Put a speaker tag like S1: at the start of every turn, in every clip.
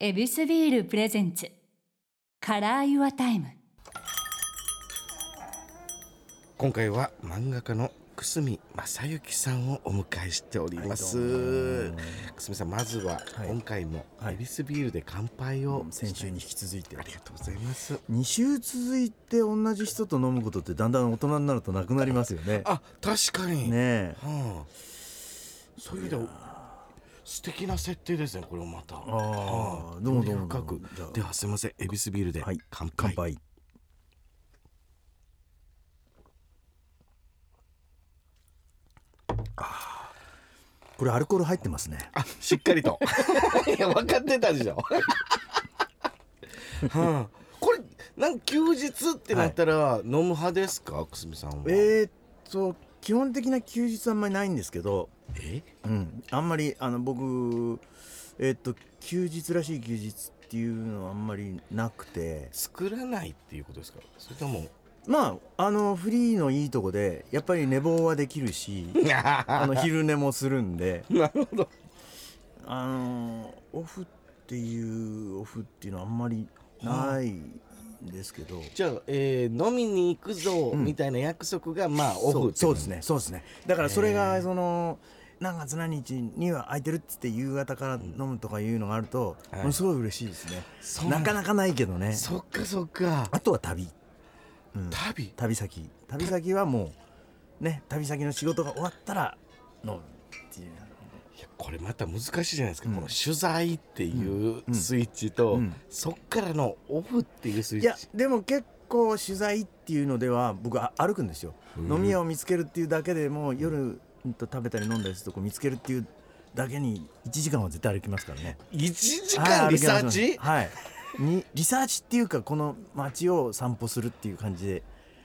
S1: エビスビールプレゼンツカラーユアタイム
S2: 今回は漫画家の久住正幸さんをお迎えしております、久住さんまずは
S3: はい
S2: 今回も
S3: はい
S2: エビスビールで乾杯を、
S3: 先週に引き続いて
S2: ありがとうございます
S3: 2週続いて同じ人と飲むことってだんだん大人になるとなくなりますよね
S2: あ確かに、
S3: ねえ
S2: はあ、そういう意味では素敵な設定ですねこれもまたあ
S3: あどうもどうも
S2: 深く
S3: じゃあ
S2: ではすみませんエビスビールで
S3: はい
S2: 乾杯,、
S3: 乾杯あーこれアルコール入ってますね
S2: あしっか りといや分かってた でしょ、はあ、これなんか休日ってなったら、飲む派ですか久住さんは
S3: えー、っと基本的な休日あんまりないんですけど
S2: え
S3: うん、あんまりあの僕、えっと休日らしい休日っていうのはあんまりなくて
S2: 作らないっていうことですかそれと も
S3: まああのフリーのいいとこでやっぱり寝坊はでき るしあの昼寝もするんで
S2: なるほど
S3: あのオフっていうオフっていうのはあんまりないんですけど、
S2: じゃあ、えー飲みに行くぞ
S3: ん
S2: みたいな約束が、まあオ
S3: そ
S2: フっ
S3: う
S2: て
S3: そうです
S2: ね
S3: ねそうですねだからそれがその何月何日には空いてるっつって夕方から飲むとかいうのがあると、
S2: はい
S3: ものすごい嬉しいですね
S2: そうな
S3: なん
S2: だ
S3: かなかないけどね
S2: そっかそっか
S3: あとは旅
S2: 旅
S3: 旅先旅先はもうね旅先の仕事が終わったら飲むっていう
S2: いやこれまた難しいじゃないですか、
S3: うん
S2: この取材っていううんスイッチと、
S3: うん
S2: そっからのオフっていうスイッ
S3: い
S2: チ
S3: やでも結構取材っていうのでは僕は歩くんですよ、
S2: うん
S3: 飲み屋を見つけるっていうだけでもう夜、うんと食べたり飲んだりするとこ見つけるっていうだけに1時間は絶対歩きますからね
S2: 1時
S3: は
S2: 間
S3: い
S2: リサーチ、
S3: 歩きますはいにリサーチっていうかこの街を散歩するっていう感じで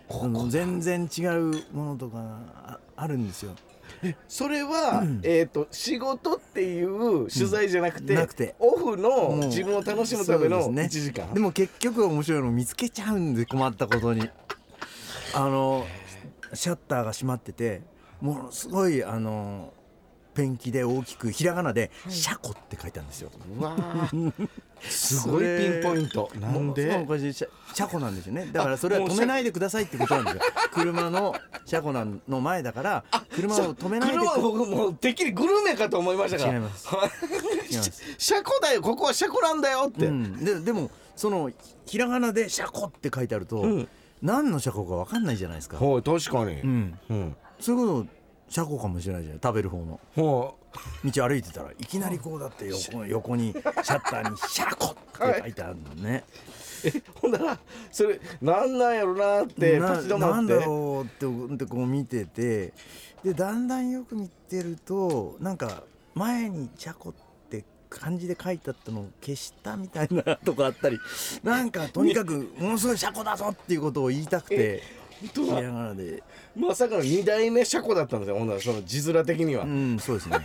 S2: ここ
S3: あの全然違うものとかああるんですよ
S2: それは、えっ、と仕事っていう取材じゃなくて,、
S3: うんなくて
S2: オフの
S3: もう
S2: 自分を楽しむための
S3: そう
S2: 1
S3: です
S2: 時間、
S3: でも結局面白いの見つけちゃうんで困ったことにあのシャッターが閉まっててものすごいあのペンキで大きくひらがなで「シャコ」って書いてあるんですよ。
S2: うわ ーすごいピンポイントなん
S3: もう
S2: で
S3: これシャシャコなんですよねだからそれ
S2: も
S3: は
S2: う
S3: 止めないでくださいってことなんですよ車の車庫なんの前だから車を止めないで
S2: 車は僕もうてっきりグルメかと思いましたから
S3: 違います違います
S2: 車庫だよここは車庫なんだよって、
S3: うん、ででもそのひらがなで「シャコ」って書いてあると、
S2: ん
S3: 何のシャコか分かんないじゃないですか。
S2: はい確かに、
S3: うん
S2: うん
S3: それこそ車庫かもしれないじゃない食べる方の
S2: は
S3: 道歩いてたらいきなりこうだって横横にシャッタ ーに「シャコ」って書いてあるのね。
S2: あ、 ほんならそれなんなんやろなって
S3: な
S2: 立ち止ま
S3: な
S2: っ
S3: ん
S2: て
S3: だろうってってこう見ててでだんだんよく見てるとなんか前に「シャコ」って漢字で書いてあったのを消したみたいなとこあったりなんかとにかくものすごい「シャコ」だぞっていうことを言いたくて
S2: 本
S3: ひ
S2: 当だ
S3: らがなで。
S2: まさかの2代目車庫だったんですよほんならその字面的には、
S3: うん、そうですね。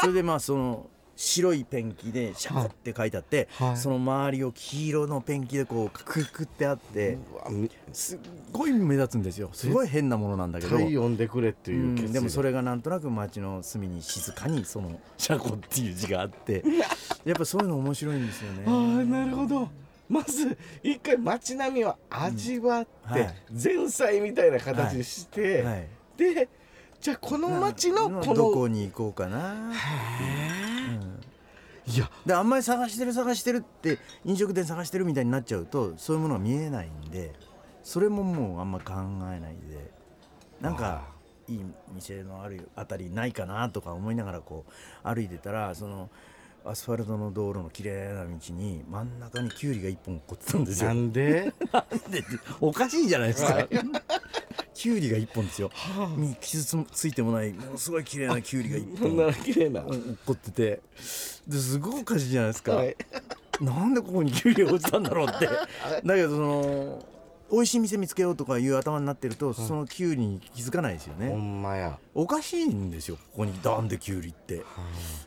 S3: それでまあその白いペンキでシャコって書いてあって、
S2: はい
S3: その周りを黄色のペンキでこうくくってあって、
S2: うわみ
S3: すっごい目立つんですよ。すごい変なものなんだけど。
S2: 体温でくれって
S3: う
S2: いうん決意
S3: でもそ
S2: れ
S3: れがなんとなく街の隅に静かにその「シャコ」っていう字があ ってやっぱそういうの面白いんですよね。
S2: ああなるほどまず一回街並みを味わって、
S3: うんはい
S2: 前菜みたいな形にして、
S3: はい、
S2: でじゃあこの街のこの
S3: どこに行こうかな、うん
S2: いや
S3: であんまり探してる探してるって飲食店探してるみたいになっちゃうとそういうものは見えないんでそれももうあんま考えないでなんかいい店のあるあたりないかなとか思いながらこう歩いてたらそのアスファルトの道路の綺麗な道に真ん中にキュウリが一本落っこってたんですよ
S2: な。んで
S3: でおかしいじゃないですか。キュウリが一本ですよ。に傷つもついてもないものすごい綺麗なキュウリが一
S2: こんな
S3: 本
S2: ら綺麗な、
S3: 落っこっててですごいおかしいじゃないですか。
S2: はい
S3: なんでここにキュウリが落ちたんだろう ってだけどその美味しい店見つけようとかいう頭になってると、そのキュウリに気づかないですよ
S2: ほ
S3: ね
S2: んまや
S3: おかしいんですよここになんでキュウリって、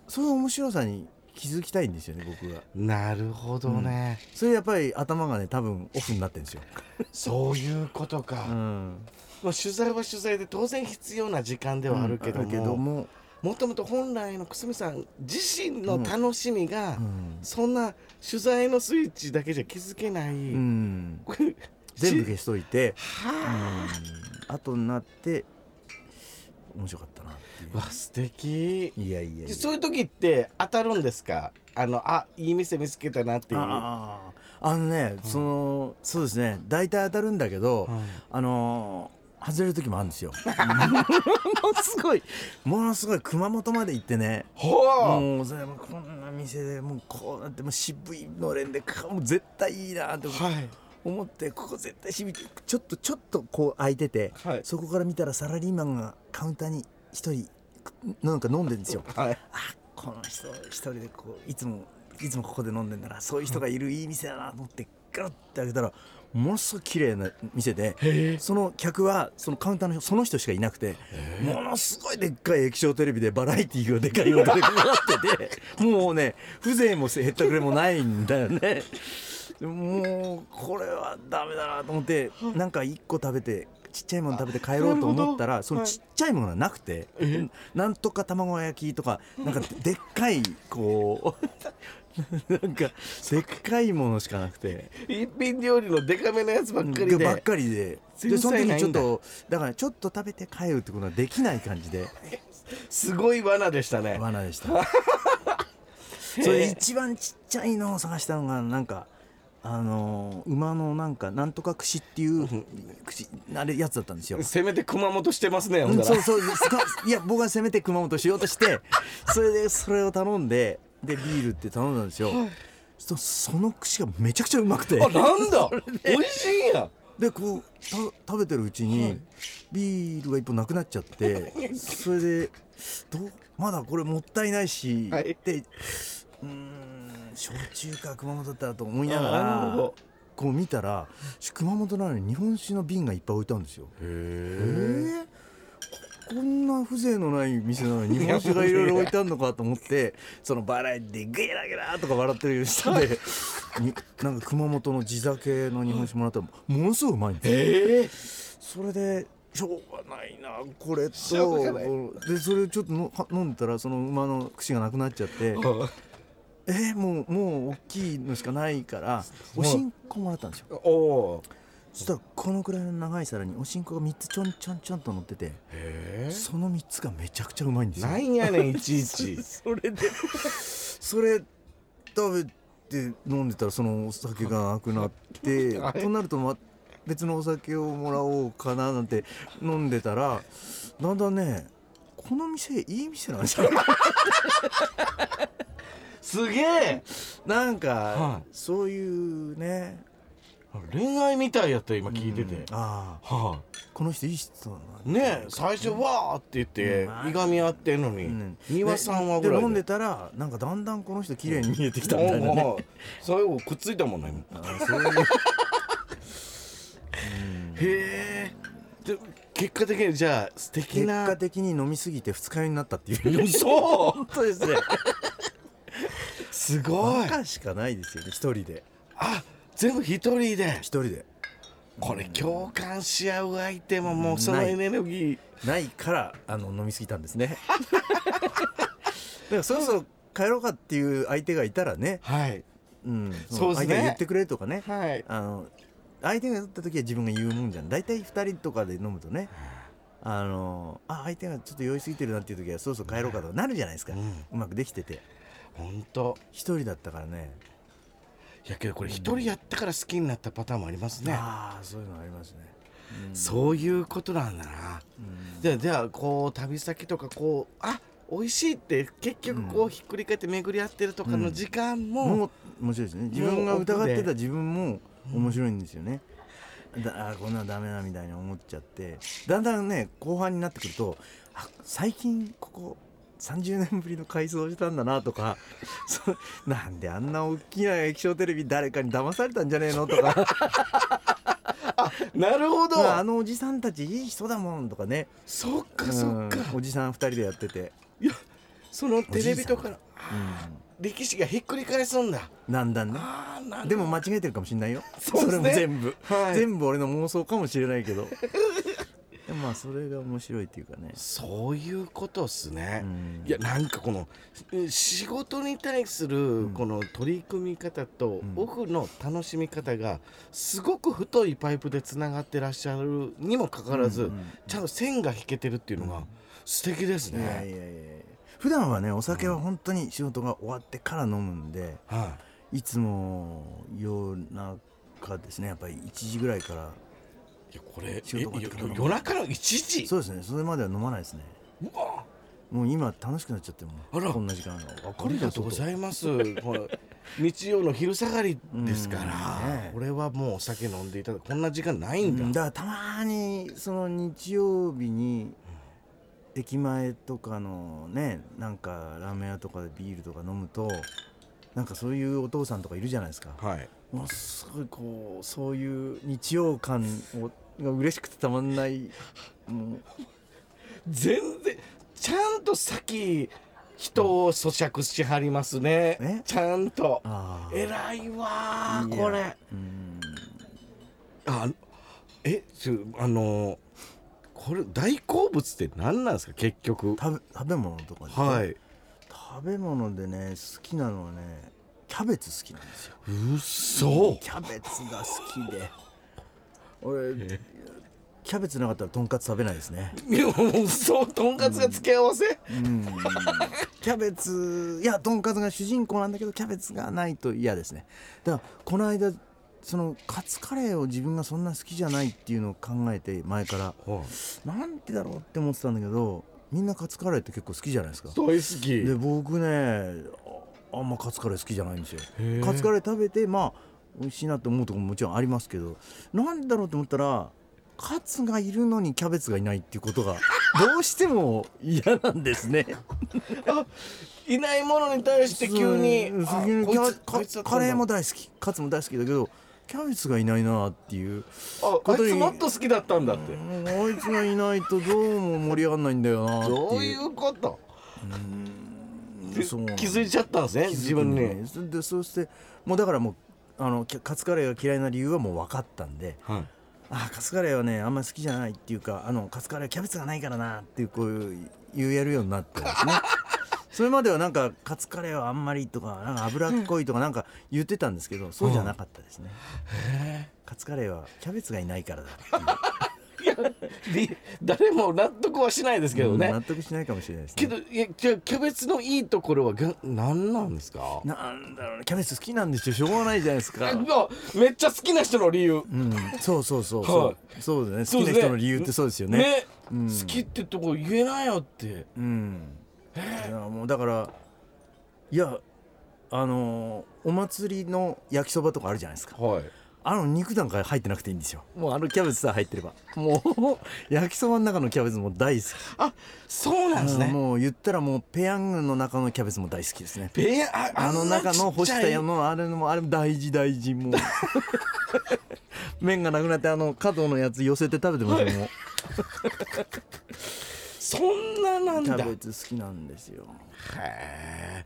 S3: そういう面白さに気づきたいんですよね僕が
S2: なるほどね、
S3: それやっぱり頭がね多分オフになってるんです よ、
S2: そういうことか、
S3: うん、
S2: まあ、取材は取材で当然必要な時間ではあるけども,、
S3: も
S2: もともと本来の久住さん自身の楽しみが、
S3: うん
S2: そんな取材のスイッチだけじゃ気づけない、
S3: うん、
S2: これ
S3: 全部
S2: し
S3: 消しといて
S2: は
S3: うん後になって面白かったなってい
S2: あわ素敵
S3: ういやいやいや
S2: そういう時って当たるんですかあのあいい店見つけたなっていう
S3: ああああのね、そのそうですね大体当たるんだけど、
S2: はい
S3: あのー外れる時もあるんです よものすごいものすごい熊本まで行ってね
S2: ほう
S3: もうそれもこんな店でもうこうなってもう渋いのれんでかもう絶対いいなって
S2: はい
S3: 思ってここ絶対渋いちょっとちょっとこう空いてて、
S2: はい
S3: そこから見たらサラリーマンがカウンターに一人なんか飲んでるんですよ
S2: はい
S3: あこの人一人でこういつもいつもここで飲んでんならそういう人がいるいい店だなと思ってガラッて開けたらものすごく綺麗な店でその客はそのカウンターの人その人しかいなくてものすごいでっかい液晶テレビでバラエティーがでかいのがかかってて もうね風情もへったくれもないんだよね。もうこれはダメだなと思ってなんか1個食べてちっちゃいもの食べて帰ろうと思ったらそのちっちゃいものがなくてなんとか卵焼きとかなんかでっかいこう なんかでっかいものしかなくて
S2: 一品料理のデカめのやつばっかりで
S3: ばっかりで
S2: 繊
S3: でその
S2: 細
S3: 時
S2: な
S3: に
S2: い
S3: ち
S2: い
S3: ょ
S2: ん
S3: っ
S2: だ
S3: とだからちょっと食べて帰るってことはできない感じです
S2: ごい罠でしたね
S3: 罠 でしたそれ一番ちっちゃいのを探したのがなんかあのー馬のなんかなんとか串っていう串あれやつだったんですよ
S2: せめて熊本してますねほん
S3: う
S2: なんら
S3: そうそうすかいや僕はせめて熊本しようとしてそれでそれを頼んででビールって頼んだんですよ、そその串がめちゃくちゃうまくて
S2: あなんだ美味しいやん
S3: でこうた食べてるうちに、ビールが一本なくなっちゃって それでどうまだこれもったいないし、
S2: はい
S3: でうーん焼酎か熊本だったらと思いなが
S2: なるほ
S3: ら
S2: ど
S3: こう見たら熊本なのに日本酒の瓶がいっぱい置いたんですよ。えここんな風情のない店なのに日本酒がいろいろ置いてあるのかと思ってそのバラエティーゲラゲラとか笑ってる人でになんか熊本の地酒の日本酒もらったらものすごいうまいんですよ
S2: ええ
S3: それでしょうがないなこれ
S2: しょうが
S3: と
S2: ない
S3: でそれをちょっとのは飲んでたらその馬の串がなくなっちゃってえーもうもう大きいのしかないからおしんこもらったんですよ
S2: おお
S3: そしたらこのくらいの長い皿におしんこが3つちょんちょんちょんと乗っててその3つがめちゃくちゃうまいんですよ
S2: なんやねんいちいち
S3: それでそれ食べて飲んでたらそのお酒がなくなって
S2: はい
S3: となるとま別のお酒をもらおうかななんて飲んでたらだんだんねこの店いい店なんじゃない
S2: すげえ
S3: なんか、
S2: はい
S3: そういうね
S2: 恋愛みたいやった今聞いてて、
S3: ああ
S2: は
S3: この人いい人だな
S2: あ、ねえ最初わーって言って、
S3: うん
S2: いがみ合ってんのに、
S3: うん
S2: 丹羽さんは
S3: で
S2: ぐらい
S3: で
S2: で
S3: 飲んでたらなんかだんだんこの人綺麗に見えてきたみ
S2: も
S3: た
S2: う
S3: いなね
S2: もう最後くっついたもんね
S3: あーそういう
S2: へえで結果的にじゃあ素敵
S3: 結
S2: な
S3: 果的に飲みすぎて二日酔いになったっていう
S2: そう
S3: 本当ですね
S2: すご
S3: バ
S2: い
S3: カしかないですよね一人で
S2: あ全部一人で
S3: 一人で
S2: これ共感し合う相手ももうその
S3: ない
S2: エネルギー
S3: ないからあの飲みすぎたんですねだからそろそろ帰ろうかっていう相手がいたらね、
S2: はい
S3: うん、
S2: そうですね
S3: 相手が言ってくれるとかね、
S2: はい
S3: あの相手が酔った時は自分が言うもんじゃん大体二人とかで飲むとねあのあ相手がちょっと酔いすぎてるなっていう時はそろそろ帰ろうかとかなるじゃないですか、う
S2: うん
S3: まくできてて
S2: 本当
S3: 一人だったからね
S2: いやけどこれ一人やったから好きになったパターンもありますね
S3: ああそういうのありますね
S2: そういうことなんだな、じゃあじゃあこう旅先とかこうあ美味しいって結局こうひっくり返って巡り合ってるとかの時間も、
S3: もう面白いですね自分が疑って
S2: 奥で
S3: た自分も面白いんですよね、だあーこんなのダメだみたいに思っちゃってだんだんね後半になってくるとあ最近ここ30年ぶりの改装したんだなとか そなんであんな大きな液晶テレビ誰かに騙されたんじゃねえの とか
S2: なるほど、
S3: あのおじさんたちいい人だもんとかね
S2: そっかそっか、
S3: うんおじさん2人でやってて、
S2: いやそのテレビとかの
S3: う
S2: 歴史がひっくり返すんだ
S3: ん、だんだんね
S2: あーなるほど
S3: でも間違えてるかもしれないよ。
S2: そうですね
S3: れも全部、
S2: はい
S3: 全部俺の妄想かもしれないけど。でもまあそれが面白いっていうかね
S2: そういうことっすね、
S3: うん
S2: いやなんかこのうん仕事に対するこの取り組み方と
S3: ん
S2: オフの楽しみ方がすごく太いパイプでつながってらっしゃるにもかかわらず、
S3: うんうんうん
S2: ちゃんと線が引けてるっていうのが素敵です
S3: いやい
S2: ね。
S3: やいやいや普段はねお酒は本当に仕事が終わってから飲むんで
S2: はい
S3: つも夜中ですねやっぱり1時ぐらいから
S2: い、いやこれ
S3: 仕事終わってから
S2: えよ夜中の1時
S3: そうですねそれまでは飲まないですね
S2: うわ
S3: もう今楽しくなっちゃっても
S2: あら
S3: こんな時間が
S2: ありがとうございます。この日曜の昼下がりですから、
S3: うんね
S2: これはもうお酒飲んでいただこんな時間ない
S3: うん
S2: だ。
S3: んだからたまにその日曜日に駅前とかのねなんかラーメン屋とかでビールとか飲むとなんかそういうお父さんとかいるじゃないですか
S2: はい。
S3: もうすごいこうそういう日曜感をが嬉しくてたまんないもう
S2: 全然ちゃんと先人を咀嚼しはりますね
S3: え
S2: ちゃんと
S3: あー
S2: 偉いわー
S3: いや
S2: これ
S3: うん
S2: あえちょあのーこれ大好物って何なんですか結局
S3: 食べ食べ物とかでしょ
S2: はい
S3: 食べ物でね好きなのはねキャベツ好きなんですよ
S2: うっそ
S3: キャベツが好きで俺キャベツなかったらとんかつ食べないですね
S2: いやうっそとんかつが付け合わせ、
S3: うんキャベツいやとんかつが主人公なんだけどキャベツがないと嫌ですねだからこの間そのカツカレーを自分がそんな好きじゃないっていうのを考えて前から
S2: はい
S3: なんてだろうって思ってたんだけどみんなカツカレーって結構好きじゃないですか
S2: 大好き
S3: で僕ねああんまカツカレー好きじゃないんですよ
S2: へえ
S3: カツカレー食べてまあ美味しいなって思うとこももちろんありますけどなんだろうと思ったらカツがいるのにキャベツがいないっていうことがどうしても嫌なんですね
S2: いないものに対して急に
S3: うん
S2: あ
S3: 急に
S2: こいつ
S3: キャ
S2: こいつだったんだ
S3: カレーも大好きカツも大好きだけどキャベツがいないなっていう
S2: あこ
S3: こと
S2: い
S3: に
S2: つもっと好きだったんだって
S3: うんあいつがいないとどうも盛り上がんないんだよなっていう
S2: どういうこと
S3: 気
S2: 気づいちゃったんですね自分に、
S3: そでそしてもうだからもうあのきカツカレーが嫌いな理由はもう分かったんで
S2: はい
S3: あーカツカレーはねあんまり好きじゃないっていうかあのカツカレーはキャベツがないからなっていうこういう言うやるようになったん ですねそれまではなんかカツカレーはあんまりとかなんか脂っこいとかなんか言ってたんですけど、そうじゃなかったですね、カツカレーはキャベツがいないからだっていう
S2: いやり 誰も納得はしないですけどね、
S3: 納得しないかもしれないです
S2: け
S3: ね
S2: どいやじゃあキャベツのいいところはが何なんですか
S3: なんだろうなキャベツ好きなんですよしょうがないじゃないですか
S2: あめっちゃ好きな人の理由
S3: うん、そうそうそうそう、
S2: はい
S3: そうだね
S2: そう
S3: 好き
S2: ですね
S3: な人の理由ってそうですよねうん
S2: 好きってとこ言えないよって
S3: うんいやもうだからいやあのーお祭りの焼きそばとかあるじゃないですか
S2: はい
S3: あの肉なんか入ってなくていいんですよもうあのキャベツさえ入ってればもう焼きそばの中のキャベツも大好き
S2: あそうなんです
S3: うん
S2: ね
S3: もう言ったらもうペヤングの中のキャベツも大好きですね
S2: ペアあ
S3: あの中の干した
S2: よ
S3: 山のあれのもあれも大事大事もう麺がなくなってあの角のやつ寄せて食べてましたもう
S2: そんななん
S3: キ
S2: だ
S3: ャベツ好きなんですよ。
S2: へえ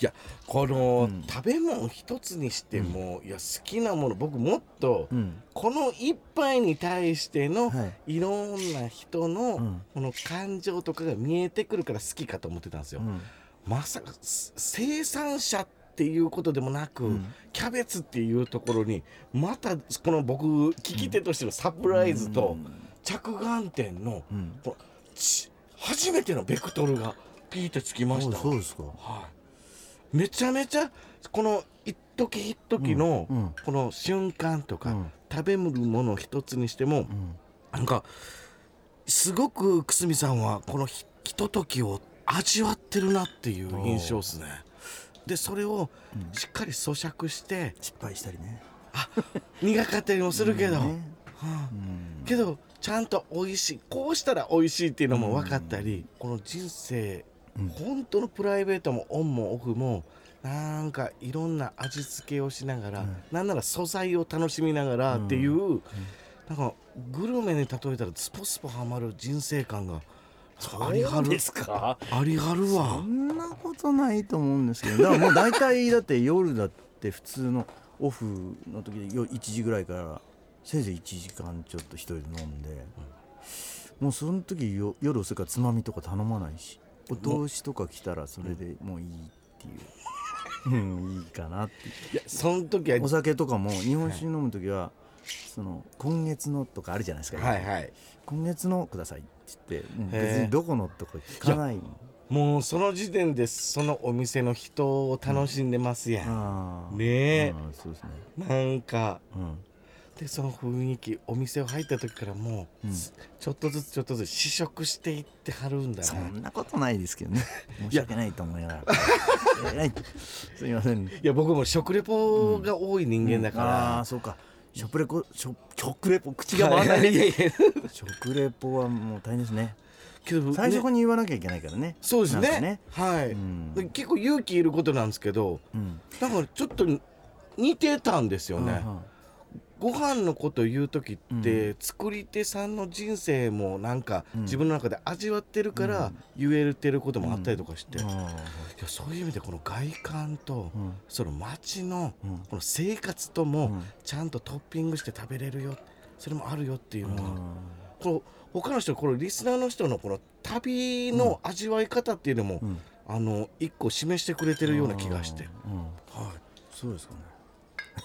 S2: いやこの、食べ物一つにしても、いや好きなもの僕もっと、
S3: うん
S2: この一杯に対しての、、
S3: はい
S2: ろんな人の、
S3: うん
S2: この感情とかが見えてくるから好きかと思ってたんですよ。
S3: うん
S2: まさかす生産者っていうことでもなく、
S3: ん
S2: キャベツっていうところにまたこの僕聞き手としてのサプライズと、着眼点の、
S3: うん
S2: このち初めてのベクトルがピーってつきました。
S3: そうですか。
S2: はい、めちゃめちゃこの一時一時の
S3: うんうん
S2: この瞬間とか、
S3: うん
S2: 食べるもの一つにしても、
S3: ん
S2: なんかすごく久住さんはこのひひとときを味わってるなっていう印象ですね。でそれをしっかり咀嚼して、
S3: 失敗したりね。
S2: 苦かったりもするけど、
S3: ね
S2: はあ
S3: うん
S2: けどちゃんと美味しいこうしたら美味しいっていうのも分かったり、この人生、本当のプライベートもオンもオフもなんかいろんな味付けをしながら、なんなら素材を楽しみながらっていう、なんかグルメに例えたらスポスポハマる人生観がありはる
S3: ですか。
S2: ありはる
S3: そ
S2: わ
S3: んなことないと思うんですけど、だからもう大体だって夜だって普通のオフの時でよ1時ぐらいからせいぜい1時間ちょっと一人で飲んで、もうその時よ夜遅いからつまみとか頼まないしお通しとか来たらそれでもういいっていう、うん、いいかなっていう
S2: いやその時は
S3: お酒とかも日本酒飲む時は、その今月のとかあるじゃないですか、
S2: はいはい
S3: 今月のくださいって言って、うん
S2: へえ
S3: 別にどこのとか聞かない
S2: もうその時点でそのお店の人を楽しんでますやん、
S3: あー
S2: ねえ
S3: うんそうですね、
S2: なんか
S3: うん、
S2: でその雰囲気お店を入った時からもう、
S3: うん
S2: ちょっとずつちょっとずつ試食していってはるんだ
S3: そ
S2: なん
S3: なことないですけどね申し訳ないと思いながらえらいすみません
S2: いや僕も食レポが多い人間だか
S3: ああ
S2: ら、
S3: ーそうか食レポ食食レポ口が回らない
S2: いやいやいや
S3: 食レポはもう大変ですね
S2: けど
S3: 最
S2: ね
S3: 初に言わなきゃいけないからね
S2: そうです
S3: なんか
S2: ね
S3: ね
S2: はい、
S3: うん
S2: で結構勇気いることなんですけど
S3: うん
S2: なんかちょっと似てたんですよね、
S3: うんうん
S2: ご飯のこと言う時って、作り手さんの人生もなんか、
S3: うん
S2: 自分の中で味わってるから言えてることもあったりとかして、い
S3: あ
S2: やそういう意味でこの外観と、
S3: ーうん
S2: その街の
S3: うん
S2: この生活と
S3: う
S2: も
S3: ん
S2: ちゃんとトッピングして食べれるよそれもあるよっていうのが、
S3: う
S2: この他の人このリスナーの人のこの旅の味わい方っていうのも、
S3: んうん
S2: あの一個示してくれてるような気がして、
S3: うん
S2: は
S3: そうですかね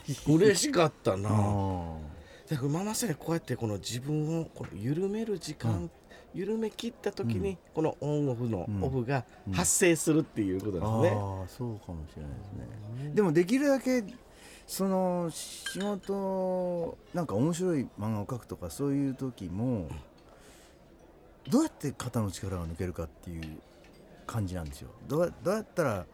S2: い、 嬉しかったな。
S3: あー
S2: だからまさにこうやってこの自分をこの緩める時間、緩め切った時にこのオンオフの
S3: うん
S2: オフが発生するっていうことなんですね。
S3: ああそうかもしれないですねでもできるだけその仕事なんか面白い漫画を描くとかそういう時もどうやって肩の力が抜けるかっていう感じなんですよどうどうやったら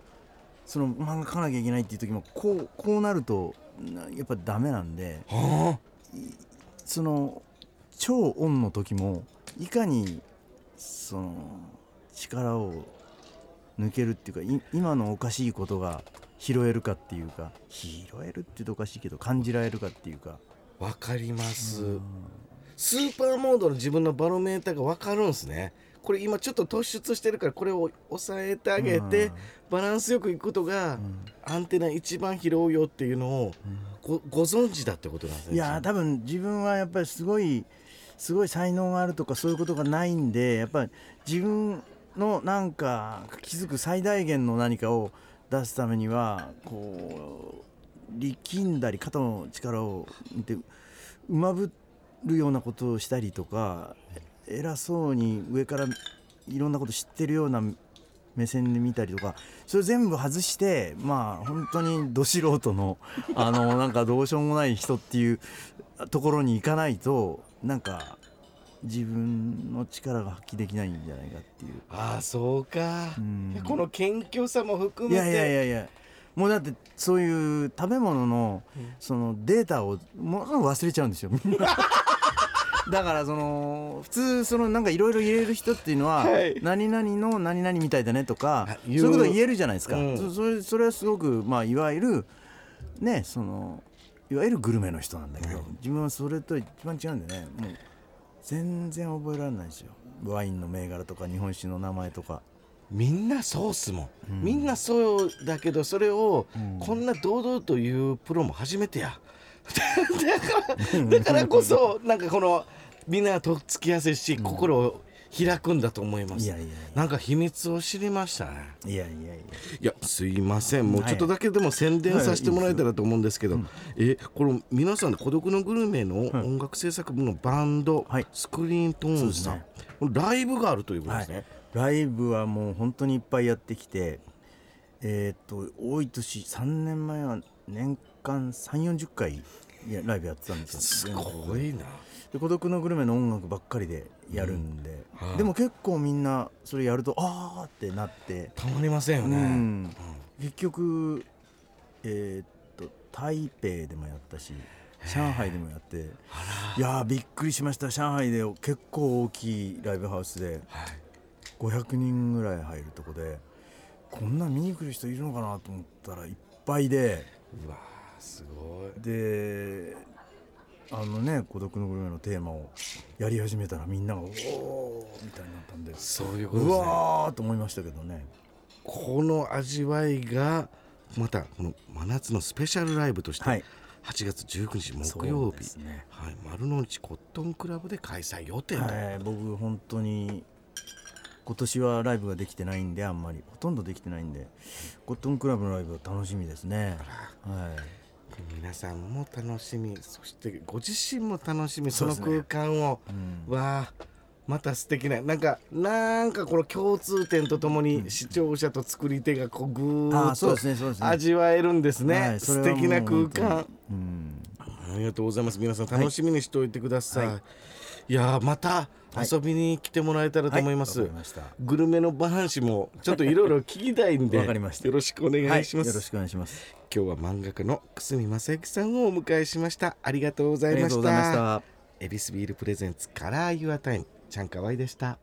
S3: その漫画描かなきゃいけないっていう時もこうこうなるとなやっぱダメなんで
S2: は
S3: その超オンの時もいかにその力を抜けるっていうかい今のおかしいことが拾えるかっていうか拾えるって言うとおかしいけど感じられるかっていうか
S2: あわかります、
S3: うん
S2: スーパーモードの自分のバロメーターがわかるんですね。これ今ちょっと突出してるからこれを抑えてあげて、
S3: うん
S2: バランスよくいくことが
S3: うん
S2: アンテナ一番拾うよっていうのをごご存知だってことなんですね。
S3: いやー多分自分はやっぱりすごいすごい才能があるとかそういうことがないんでやっぱり自分のなんか気づく最大限の何かを出すためにはこう力んだり肩の力を見てうまぶるようなことをしたりとか偉そうに上からいろんなこと知ってるような目線で見たりとかそれ全部外してまあ本当にど素人のあのなんかどうしようもない人っていうところに行かないとなんか自分の力が発揮できないんじゃないかっていう
S2: ああそうか、
S3: うん
S2: いやこの謙虚さも含
S3: い
S2: めて
S3: やいやいやいやもうだってそういう食べ物のそのデータをものすごく忘れちゃうんですよ みんなだからその普通そのなんかいろいろ言える人っていうのは
S2: はい
S3: 何々の何々みたいだねとか
S2: あ
S3: そうい
S2: 言う
S3: うこと言えるじゃないですか
S2: うん
S3: そそれそれはすごくまあいわゆるねそのいわゆるグルメの人なんだけど自分はそれと一番違うんでねもう全然覚えられないですよワインの銘柄とか日本酒の名前とか。
S2: みんなそうっすもん、みんなそうだけどそれをこんな堂々と言うプロも初めてやだからだからこそなんかこのみんなとっつきやすいし、心を開くんだと思います
S3: いやいやいや
S2: なんか秘密を知りましたね
S3: いやいやいや
S2: いやすいませんもう
S3: はい
S2: ちょっとだけでも宣伝させてもらえたらと思うんですけど、えこれ皆さん孤独のグルメの音楽制作部のバンド、
S3: はい
S2: スクリーントーンズさん、ライブがあるということですね、
S3: ライブはもう本当にいっぱいやってきてえーっと多い年3年前は年間3 4 0回いやライブやってたんです
S2: す
S3: よ
S2: ごいな。
S3: で孤独のグルメの音楽ばっかりでやるんで、
S2: うんはい
S3: でも結構みんなそれやるとああってなって、
S2: たまりませんよ
S3: う
S2: ね。
S3: ん結局えーっと台北でもやったし上海でもやっていやーびっくりしました上海で結構大きいライブハウスで。
S2: はい。
S3: 500人ぐらい入るとこでこんな見に来る人いるのかなと思ったらいっぱいで
S2: うわーすごい。
S3: であのね「孤独のグルメ」のテーマをやり始めたらみんなが「おお!」みたいになったんで
S2: そういうことです
S3: う
S2: ね。
S3: わーと思いましたけどね
S2: この味わいがまたこの真夏のスペシャルライブとして、
S3: はい
S2: 8月19日
S3: そう
S2: 木
S3: で
S2: 曜日、
S3: すね
S2: はい、丸の内コットンクラブで開催予定と、
S3: はい、僕本当に今年はライブができてないんであんまりほとんどできてないんでコットンクラブのライブが楽しみですねは
S2: 皆さんも楽しみそしてご自身も楽しみそ
S3: そう
S2: の
S3: ですね
S2: 空間を、
S3: い、うん
S2: わあまた素敵ななんかなんかこの共通点とともに視聴者と作り手がこうぐー
S3: あ
S2: っ
S3: そうです
S2: と
S3: ねそうですね
S2: 味わえるんですね、
S3: はいそれ
S2: 素
S3: はもう
S2: 敵な空間
S3: 本当にうん
S2: ありがとうございます皆さん楽しみにしておいてください、い、やーまた遊びに来てもらえたらと思います、
S3: はいわかりました
S2: グルメの話もちょっといろいろ聞きたいんで
S3: わかりました
S2: よろしくお願いしま
S3: はよ
S2: す、
S3: ろしくお願いします
S2: 今日は漫画家の久住正幸さんをお迎えしましたありがとうござ
S3: あ
S2: い
S3: り
S2: ま
S3: がとう
S2: し
S3: ございましたた
S2: エビスビールプレゼンツカラーユアタイムちゃんかわいでした